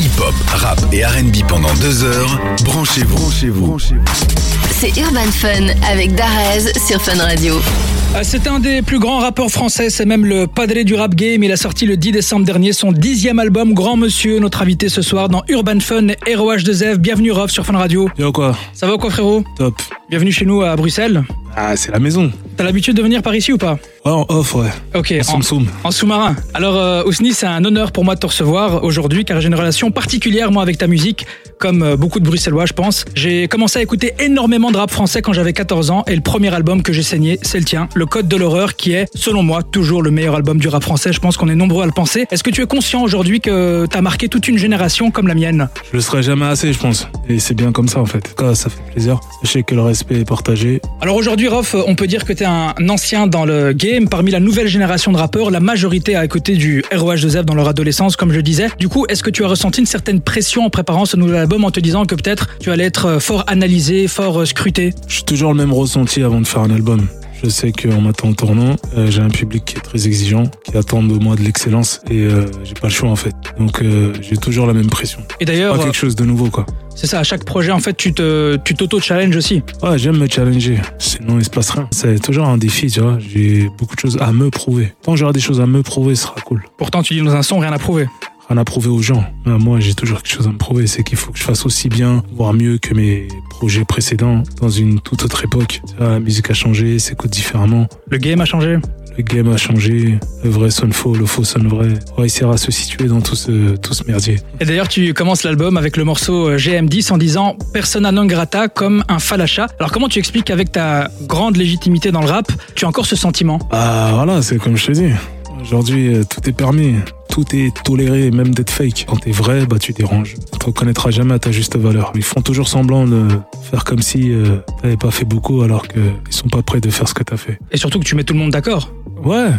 Hip-hop, rap et RB pendant deux heures. Branchez-vous. Branchez-vous. C'est Urban Fun avec Darez sur Fun Radio. Ah, C'est un des plus grands rappeurs français, c'est même le padré du rap game. Il a sorti le 10 décembre dernier son dixième album Grand Monsieur, notre invité ce soir dans Urban Fun et ROH2F. Bienvenue Rof sur Fun Radio. Yo quoi Ça va ou quoi frérot Top. Bienvenue chez nous à Bruxelles. Ah, c'est la maison. T'as l'habitude de venir par ici ou pas Ouais, en off, ouais. Ok, En soum soum. en sous-marin. Alors euh, Ousni, c'est un honneur pour moi de te recevoir aujourd'hui car j'ai une relation particulière moi avec ta musique, comme euh, beaucoup de Bruxellois je pense. J'ai commencé à écouter énormément de rap français quand j'avais 14 ans et le premier album que j'ai saigné, c'est le tien, Le Code de l'horreur, qui est selon moi toujours le meilleur album du rap français. Je pense qu'on est nombreux à le penser. Est-ce que tu es conscient aujourd'hui que t'as marqué toute une génération comme la mienne Je le serai jamais assez, je pense. Et c'est bien comme ça, en fait. En tout cas, ça fait plaisir. Sachez que le respect est partagé. Alors aujourd'hui, Rof, on peut dire que t'es un ancien dans le game. Parmi la nouvelle génération de rappeurs, la majorité a écouté du ROH2F dans leur adolescence, comme je le disais. Du coup, est-ce que tu as ressenti une certaine pression en préparant ce nouvel album en te disant que peut-être tu allais être euh, fort analysé, fort euh, scruté Je suis toujours le même ressenti avant de faire un album. Je sais qu'on m'attend au tournant. Euh, j'ai un public qui est très exigeant, qui attend de moi de l'excellence. Et euh, j'ai pas le choix, en fait. Donc, euh, j'ai toujours la même pression. Et d'ailleurs, Pas euh, quelque chose de nouveau, quoi. c'est ça, à chaque projet, en fait, tu te, tu t'auto-challenge aussi. Ouais, j'aime me challenger. Sinon, il se passe rien. C'est toujours un défi, tu vois. J'ai beaucoup de choses à me prouver. Tant que j'aurai des choses à me prouver, ce sera cool. Pourtant, tu dis dans un son, rien à prouver. rien à prouver aux gens. Euh, Moi, j'ai toujours quelque chose à me prouver, c'est qu'il faut que je fasse aussi bien, voire mieux que mes projets précédents dans une toute autre époque. Tu vois, La musique a changé, s'écoute différemment, Le game a changé. le game a changé, le vrai sonne faux, le faux sonne vrai. On va essayer à se situer dans tout ce, tout ce merdier. Et d'ailleurs, tu commences l'album avec le morceau euh, GM10 en disant Persona non grata comme un falacha. Alors, comment tu expliques qu'avec ta grande légitimité dans le rap, tu as encore ce sentiment Ah voilà, c'est comme je te dis. Aujourd'hui, euh, tout est permis, tout est toléré, même d'être fake. Quand t'es vrai, bah tu déranges. Tu te reconnaîtras jamais à ta juste valeur. Ils font toujours semblant de faire comme si euh, t'avais pas fait beaucoup alors qu'ils sont pas prêts de faire ce que t'as fait. Et surtout que tu mets tout le monde d'accord. Ouais,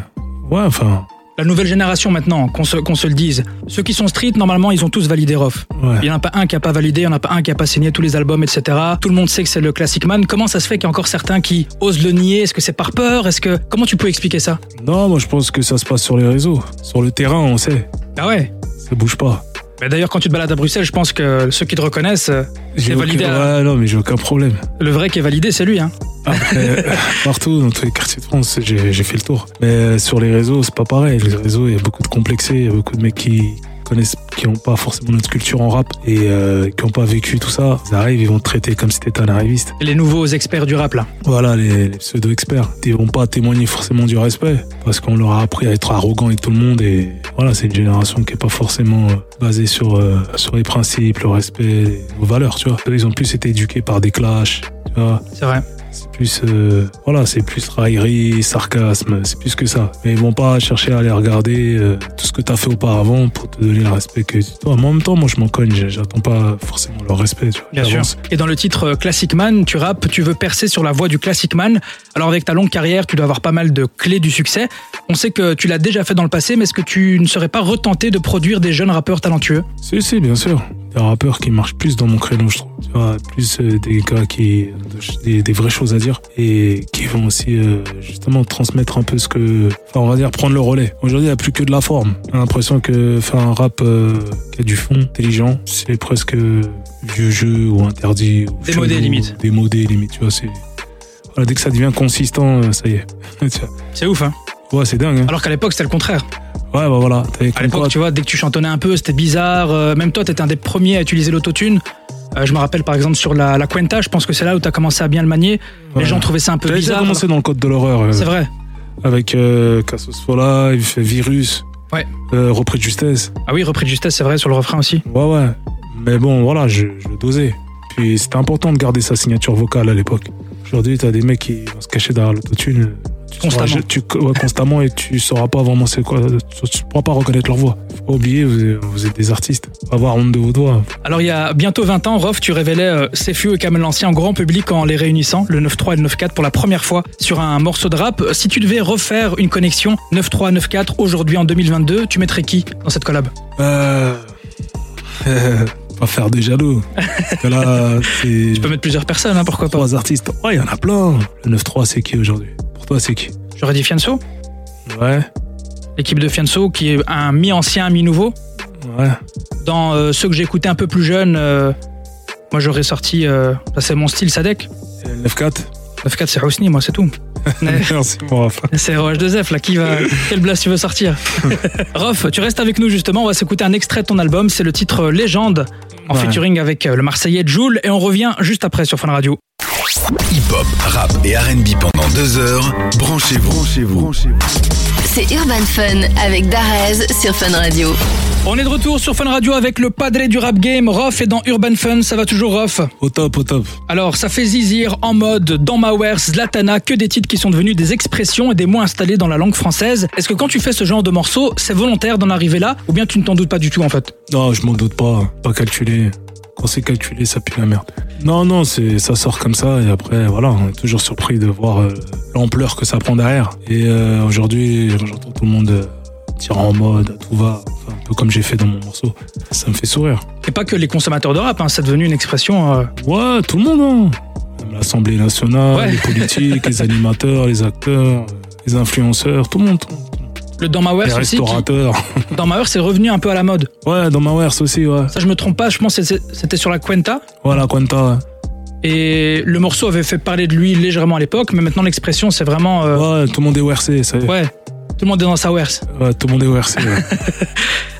ouais, enfin, La nouvelle génération maintenant, qu'on se, qu'on se le dise. Ceux qui sont street, normalement, ils ont tous validé Rof. ouais. Il n'y en a pas un qui a pas validé, il n'y en a pas un qui a pas signé tous les albums, etc. Tout le monde sait que c'est le classic man. Comment ça se fait qu'il y a encore certains qui osent le nier Est-ce que c'est par peur Est-ce que comment tu peux expliquer ça Non, moi je pense que ça se passe sur les réseaux. Sur le terrain, on sait, Ah ouais. ça bouge pas. Mais d'ailleurs, quand tu te balades à Bruxelles, je pense que ceux qui te reconnaissent, euh, J'ai C'est validé, aucun- hein. Ouais, non, mais j'ai aucun problème. le vrai qui est validé, c'est lui. Hein. Après, partout, dans tous les quartiers de France, j'ai j'ai fait le tour. Mais euh, sur les réseaux, c'est pas pareil. Les réseaux, il y a beaucoup de complexés, il y a beaucoup de mecs qui connaissent, qui ont pas forcément notre culture en rap et euh, qui ont pas vécu tout ça. Ils arrivent, ils vont te traiter comme si t'étais un arriviste. Les nouveaux experts du rap là. Voilà, les, les pseudo-experts. Ils vont pas témoigner forcément du respect, parce qu'on leur a appris à être arrogant avec tout le monde, et voilà, c'est une génération qui est pas forcément euh, basée sur, euh, sur les principes, le respect, nos valeurs, tu vois. Eux, Ils ont plus été éduqués par des clashs, tu vois. C'est vrai. C'est plus, euh, voilà, c'est plus raillerie, sarcasme, c'est plus que ça. Mais ils vont pas chercher à aller regarder euh, tout ce que t'as fait auparavant pour te donner le respect que tu dois. Mais en même temps, moi, je m'en cogne, j'attends pas forcément leur respect, tu vois. Bien sûr. J'avance. Et dans le titre euh, Classic Man, tu rappes, tu veux percer sur la voie du Classic Man. Alors avec ta longue carrière, tu dois avoir pas mal de clés du succès. On sait que tu l'as déjà fait dans le passé, mais est-ce que tu ne serais pas retenté de produire des jeunes rappeurs talentueux Si, si, bien sûr. Des rappeurs qui marchent plus dans mon créneau, je trouve. Tu vois, plus euh, des gars qui ont des, des vraies choses à dire et qui vont aussi euh, justement transmettre un peu ce que. Enfin, on va dire prendre le relais. Aujourd'hui, il n'y a plus que de la forme. J'ai l'impression que faire un rap euh, qui a du fond, intelligent, c'est presque vieux jeu ou interdit. Ou Démodé, chelou, limite. Démodé limite, tu vois. c'est- Voilà, dès que ça devient consistant, euh, ça y est. Tu C'est ouf, hein vois. ouais, c'est dingue. Hein. Alors qu'à l'époque, c'était le contraire. Ouais, bah voilà. T'avais À comme quoi, l'époque, tu vois, dès que tu chantonnais un peu, c'était bizarre. Euh, même toi, t'étais un des premiers à utiliser l'autotune. Euh, je me rappelle par exemple sur la, la Cuenta, je pense que c'est là où t'as commencé à bien le manier. Les Ouais. gens trouvaient ça un peu J'avais déjà bizarre. commencé dans le code de l'horreur. euh, C'est vrai. avec euh, Cassos Fola, il fait Virus, Ouais. euh, repris de justesse. Ah oui, repris de justesse, c'est vrai, sur le refrain aussi. Ouais, ouais. Mais bon, voilà, je, je le dosais. Puis c'était important de garder sa signature vocale à l'époque. Aujourd'hui, t'as des mecs qui vont se cacher derrière l'autotune. Tu Constamment. sauras- tu, ouais, constamment et tu sauras pas vraiment c'est quoi. Tu, tu pourras pas reconnaître leur voix. Faut pas oublier, vous, êtes- vous êtes des artistes. Faut Pas avoir honte de vos doigts. Alors il y a bientôt 20 ans, Rof, tu révélais euh, Sefu et Kamel Ancien en grand public en les réunissant, le 9-3 et le 9-4 pour la première fois sur un morceau de rap. Si tu devais refaire une connexion 9-3, 9-4 aujourd'hui en 2022, tu mettrais qui dans cette collab Euh... pas faire des jaloux. Parce que là, c'est. Tu peux mettre plusieurs personnes, hein, pourquoi pas. Trois artistes. Ouais, il y en a plein. Le 9-3, c'est qui aujourd'hui Pour toi, c'est qui J'aurais dit Fianso, Ouais. l'équipe de Fianso qui est un mi-ancien, mi-nouveau. Ouais. Dans euh, ceux que j'écoutais un peu plus jeune, euh, moi j'aurais sorti, euh, ça, c'est mon style Sadek. F4 9-4 c'est Hosni, moi c'est tout. Mais- Merci mon Rafa. c'est OH2F là, qui va, quelle blase tu veux sortir Rof, tu restes avec nous justement, on va s'écouter un extrait de ton album, c'est le titre euh, Légende, en Ouais. featuring avec euh, le Marseillais Joule, et on revient juste après sur Fun Radio. Hip-hop, rap et RB pendant deux heures. Branchez-vous. Branchez-vous. C'est Urban Fun avec Darez sur Fun Radio. On est de retour sur Fun Radio avec le padré du rap game, Rof, et dans Urban Fun, ça va toujours Rof Au top, au top. Alors, ça fait zizir, en mode, dans Mawers, Zlatana, que des titres qui sont devenus des expressions et des mots installés dans la langue française. Est-ce que quand tu fais ce genre de morceaux, c'est volontaire d'en arriver là, ou bien tu ne t'en doutes pas du tout en fait Non, je m'en doute pas. Pas calculé. Quand c'est calculé, ça pue la merde. Non, non, c'est ça sort comme ça et après, voilà, on est toujours surpris de voir euh, l'ampleur que ça prend derrière. Et euh, aujourd'hui, j'entends tout le monde euh, dire en mode, à tout va, Enfin, un peu comme j'ai fait dans mon morceau. Ça me fait sourire. Et pas que les consommateurs de rap, hein, c'est devenu une expression. euh, Ouais, tout le monde, hein. Même L'Assemblée nationale, Ouais. les politiques, les animateurs, les acteurs, euh, les influenceurs, tout le monde. tout le monde. le dans Mawers Les aussi. qui- restaurateurs. dans Mawers, c'est revenu un peu à la mode. Ouais, dans ma Wers aussi, ouais. Ça, je me trompe pas, je pense que c'est- c'était sur la Cuenta. Voilà, Quanta, ouais. Et le morceau avait fait parler de lui légèrement à l'époque, mais maintenant l'expression, c'est vraiment. euh, Ouais, tout le monde est WRC, ça y est. ouais. tout le monde est dans sa Wers. Ouais, tout le monde est WRC. ouais.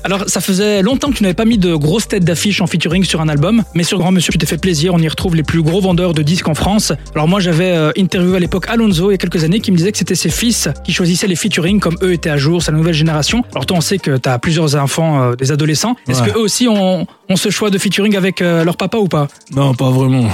Alors, ça faisait longtemps que tu n'avais pas mis de grosses têtes d'affiche en featuring sur un album, mais sur Grand Monsieur, tu t'es fait plaisir. On y retrouve les plus gros vendeurs de disques en France. Alors, moi, j'avais euh, interviewé à l'époque Alonso il y a quelques années qui me disait que c'était ses fils qui choisissaient les featuring comme eux étaient à jour, c'est la nouvelle génération. Alors, toi, on sait que tu as plusieurs enfants, euh, des adolescents. Est-ce Ouais. que eux aussi ont, ont ce choix de featuring avec euh, leur papa ou pas Non, pas vraiment.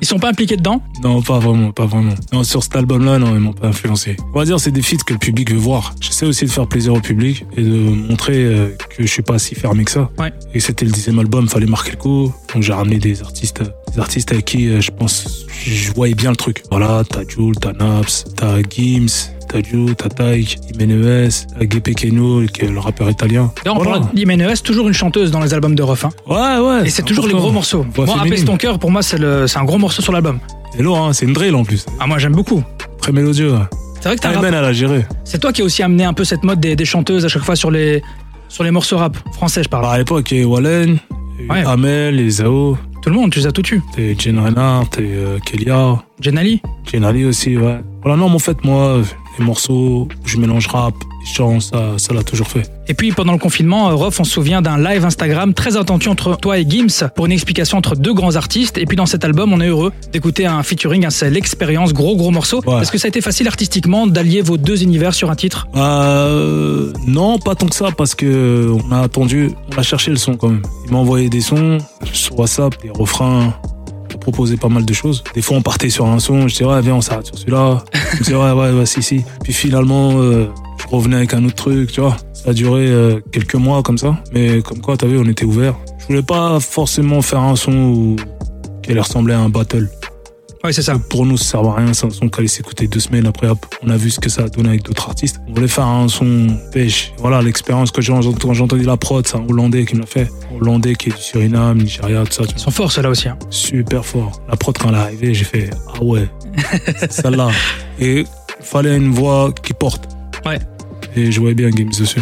Ils sont pas impliqués dedans Non, pas vraiment, pas vraiment. Non, sur cet album-là, non, ils m'ont pas influencé. On va dire, c'est des feats que le public veut voir. J'essaie aussi de faire plaisir au public et de montrer euh, que je suis pas si fermé que ça. Ouais. Et que c'était le dixième album, fallait marquer le coup. Donc j'ai ramené des artistes, des artistes avec qui euh, je pense, je voyais bien le truc. Voilà, t'as Jul, t'as Naps, t'as Gims. T'as Jul, t'as Taïk, Jimenez, t'as Gepé Keno, qui est le rappeur italien. D'ailleurs, on Voilà. parle d'Imenes, toujours une chanteuse dans les albums de Ref. hein. Ouais, ouais. Et c'est toujours les important. gros morceaux. Ah, Voix Moi, féminine. Apaise ton cœur, pour moi, c'est le- c'est un gros morceau sur l'album. C'est lourd, hein, c'est une drill en plus. Ah, moi, j'aime beaucoup. Très mélodieux. hein. ouais. C'est vrai que t'as un Ayman, elle a géré. C'est toi qui as aussi amené un peu cette mode des, des chanteuses à chaque fois sur les, sur les morceaux rap français, je parle. Alors à l'époque, il y a eu Wallen, il y a eu Ouais. Amel, les Zao, Tout le monde, tu les as tout tués. t'as eu Jen Renard, t'as eu, euh, Kelia, Jen Ali. Jen Ali aussi, ouais. Voilà, non, mais en fait, moi, les morceaux, où je mélange rap, chant, ça, ça l'a toujours fait. Et puis pendant le confinement, euh, Rof, on se souvient d'un live Instagram très attendu entre toi et Gims pour une explication entre deux grands artistes. Et puis dans cet album, on est heureux d'écouter un featuring, hein, c'est l'expérience, gros gros morceau. Ouais. Est-ce que ça a été facile artistiquement d'allier vos deux univers sur un titre Euh, non, pas tant que ça, parce que on a attendu, on a cherché le son quand même. Il m'a envoyé des sons sur WhatsApp, des refrains, il m'a proposé pas mal de choses. Des fois, on partait sur un son, je disais, ouais, viens, on s'arrête sur celui-là. Je disais, ouais, ouais, ouais, si, si. Puis finalement, euh, je revenais avec un autre truc, tu vois. Ça a duré euh, quelques mois comme ça, mais comme quoi, t'as vu, on était ouvert. Je voulais pas forcément faire un son où... qui allait ressembler à un battle. Ouais, c'est ça. Pour nous, ça sert à rien. C'est un son qui allait s'écouter deux semaines. Après, hop, on a vu ce que ça a donné avec d'autres artistes. On voulait faire un son pêche. Voilà, l'expérience que j'ai quand j'ai entendu la prod, c'est un Hollandais qui me l'a fait. Hollandais qui est du Suriname, Nigeria, tout ça. tu Ils vois. sont forts ceux-là aussi. hein. Super fort. La prod, quand elle est arrivée, j'ai fait Ah ouais, c'est celle-là. Et il fallait une voix qui porte. Ouais. Et je voyais bien Games dessus.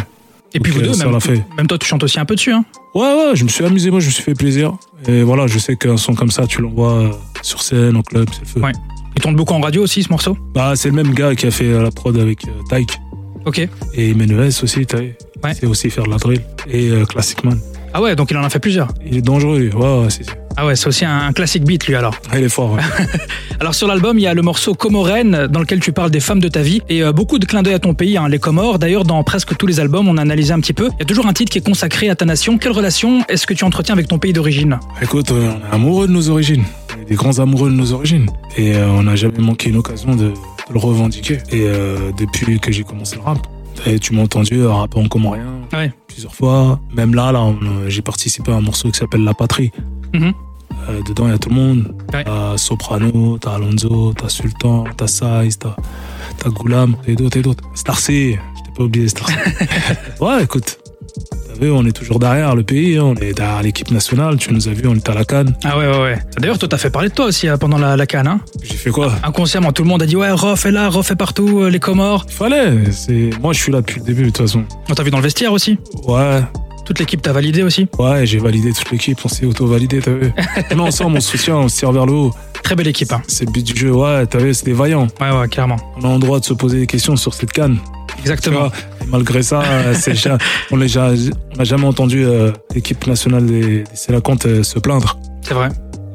Et puis Ok, vous deux, ça même, l'a fait. même toi, tu chantes aussi un peu dessus. Hein. Ouais, ouais, je me suis amusé, moi, je me suis fait plaisir. Et voilà, je sais qu'un son comme ça, tu l'envoies euh, sur scène, en club, c'est le feu. Ouais. Il tourne beaucoup en radio aussi, ce morceau. Bah, c'est le même gars qui a fait euh, la prod avec euh, Tyke. Ok. Et Menues aussi, t'as vu. Ouais. C'est aussi faire de la drill. Et euh, Classic Man. Ah ouais, donc il en a fait plusieurs. Il est dangereux, lui. Ouais, ouais, c'est sûr. Ah, Ah ouais, c'est aussi un, un classique beat, lui, alors. Il est fort. ouais. Alors sur l'album, il y a le morceau Comorène dans lequel tu parles des femmes de ta vie et euh, beaucoup de clins d'œil à ton pays, hein, les Comores. D'ailleurs, dans presque tous les albums, on a analysé un petit peu. Il y a toujours un titre qui est consacré à ta nation. Quelle relation est-ce que tu entretiens avec ton pays d'origine Écoute, euh, on est amoureux de nos origines. On est des grands amoureux de nos origines. Et euh, on n'a jamais manqué une occasion de, de le revendiquer. Et euh, depuis que j'ai commencé le rap, et tu m'as entendu euh, rapper en comorien Ouais. plusieurs fois. Même là, là on, euh, j'ai participé à un morceau qui s'appelle La Patrie. Mhm. Euh, dedans, il y a tout le monde. Ouais. T'as Soprano, t'as Alonso, t'as Sultan, t'as Saiz, t'as, t'as Goulam, et d'autres, et d'autres. Starcy, je t'ai pas oublié Starcy. ouais, écoute. T'as vu, on est toujours derrière le pays, hein, on est derrière l'équipe nationale. Tu nous as vu, on était à la canne. Ah ouais, ouais, ouais. D'ailleurs, toi, t'as fait parler de toi aussi hein, pendant la, la canne. Hein. J'ai fait quoi Inconsciemment, tout le monde a dit Ouais, Rof est là, Rof est partout, euh, les Comores. Il fallait. C'est... Moi, je suis là depuis le début, de toute façon. On t'a vu dans le vestiaire aussi. Ouais. Toute l'équipe t'a validé aussi. Ouais, j'ai validé toute l'équipe, on s'est auto-validé, t'as vu. on est ensemble, on se soutient, on se tire vers le haut. Très belle équipe. Hein. C'est le but du jeu, ouais, t'as vu, c'est des vaillants. Ouais, ouais, clairement. On a le droit de se poser des questions sur cette canne. tu Exactement. vois. Et malgré ça, euh, c'est ja- on les ja- on n'a jamais entendu euh, l'équipe nationale des, des Sélacantes, euh, se plaindre. C'est vrai.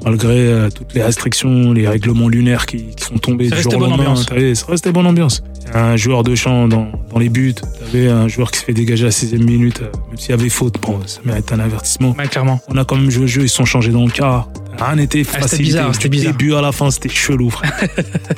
Malgré euh, toutes les restrictions, les règlements lunaires qui, qui sont tombés Ça du jour restait au bonne lendemain, ambiance. t'as vu, ça restait bonne ambiance. Il y a Un joueur de champ dans, dans les buts, t'avais un joueur qui se fait dégager à la sixième minute, euh, même s'il y avait faute, bon, ça mérite un avertissement. Ouais, clairement. On a quand même joué le jeu, ils se sont changés dans le quart. Rien n'était Ah, c'était facile. bizarre, c'était bizarre. Du début à la fin, c'était chelou, frère.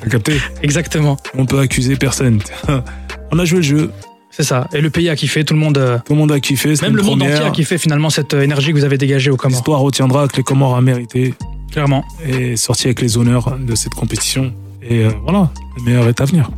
T'as capté Exactement. On peut accuser personne. On a joué le jeu, C'est ça. Et le pays a kiffé. Tout le monde. euh, tout le monde a kiffé. c'était Même une le monde première. entier a kiffé finalement cette euh, énergie que vous avez dégagée aux Comores. L'histoire retiendra que les Comores a mérité Clairement. et sorti avec les honneurs de cette compétition. Et euh, voilà, le meilleur est à venir.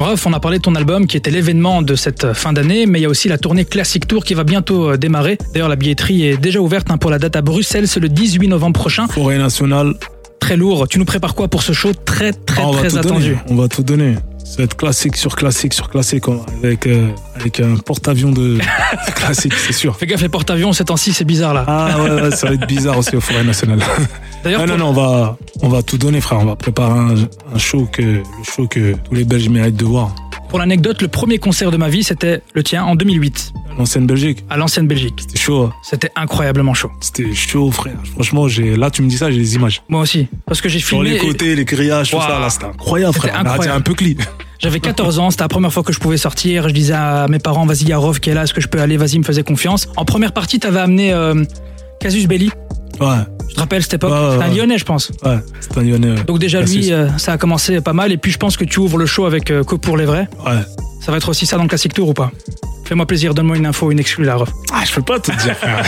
Bref, on a parlé de ton album qui était l'événement de cette euh, fin d'année, mais il y a aussi la tournée Classic Tour qui va bientôt euh, démarrer. D'ailleurs, la billetterie est déjà ouverte hein, pour la date à Bruxelles, c'est le 18 novembre prochain. Forêt nationale, Très lourd. Tu nous prépares quoi pour ce show très très Ah, on va très tout attendu donner. On va tout donner. Ça va être classique sur classique sur classique hein, avec, euh, avec un porte-avions de classique, c'est sûr. Fais gaffe, les porte-avions ces temps-ci, c'est bizarre là. Ah ouais, ouais, ça va être bizarre aussi au Forêt nationale. D'ailleurs, Non, toi- non, non, on va, on va tout donner, frère. On va préparer un, un show que, le show que tous les Belges méritent de voir. Pour l'anecdote, le premier concert de ma vie, c'était le tien en 2008, L'ancienne Belgique, à l'ancienne Belgique. c'était chaud. hein. C'était incroyablement chaud. C'était chaud, frère. Franchement, j'ai, là, tu me dis ça, j'ai des images. Moi aussi, parce que j'ai Sur filmé. les côtés, les grillages, tout Waouh. ça, là, c'était incroyable, C'était frère. On a raté incroyable. un peu cli. J'avais 14 ans, c'était la première fois que je pouvais sortir. Je disais à mes parents, vas-y Yarov qui est là, est-ce que je peux aller Vas-y, il me faisait confiance. En première partie, t'avais amené euh, Casus Belli. Ouais, Je te rappelle cette époque, Ouais, ouais, c'était un ouais. Lyonnais, je pense. ouais. C'était un Lyonnais. ouais. Donc déjà Casus. lui, euh, ça a commencé pas mal. Et puis je pense que tu ouvres le show avec euh, Que pour les vrais. Ouais. Ça va être aussi ça dans le Classic Tour ou pas Fais-moi plaisir, donne-moi une info, une excuse Yarov. Ah, je peux pas tout dire, frère.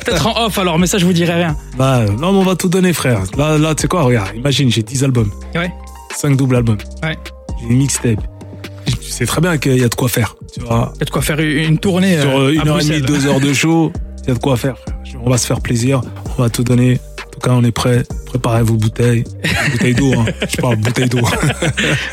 Peut-être en off alors, mais ça je vous dirai rien. Bah, non, mais on va tout donner, frère. Là, là tu sais quoi, regarde, imagine, j'ai 10 albums. Ouais. 5 doubles albums. Ouais. J'ai des mixtapes. Tu sais très bien qu'il y a de quoi faire. Tu vois, Peut-être quoi faire une tournée euh, sur euh, à une heure et demie, Bruxelles. deux heures de show, il y a de quoi faire. On va se faire plaisir, on va tout donner. En tout cas, on est prêt. Préparez vos bouteilles, bouteilles d'eau. Hein. Je parle bouteilles d'eau,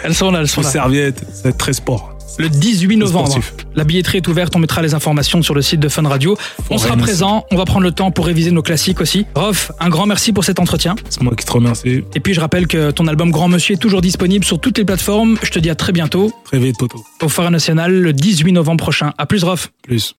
Elles sont là, elles sont vos là. serviettes. Ça va être très sport. Le 18 novembre. Sportif. La billetterie est ouverte, on mettra les informations sur le site de Fun Radio. On Ouais, sera merci. présent, on va prendre le temps pour réviser nos classiques aussi. Rof, un grand merci pour cet entretien. C'est moi qui te remercie. Et puis je rappelle que ton album Grand Monsieur est toujours disponible sur toutes les plateformes. Je te dis à très bientôt Très vite, Toto. au Phare National le 18 novembre prochain. À plus Rof. Plus.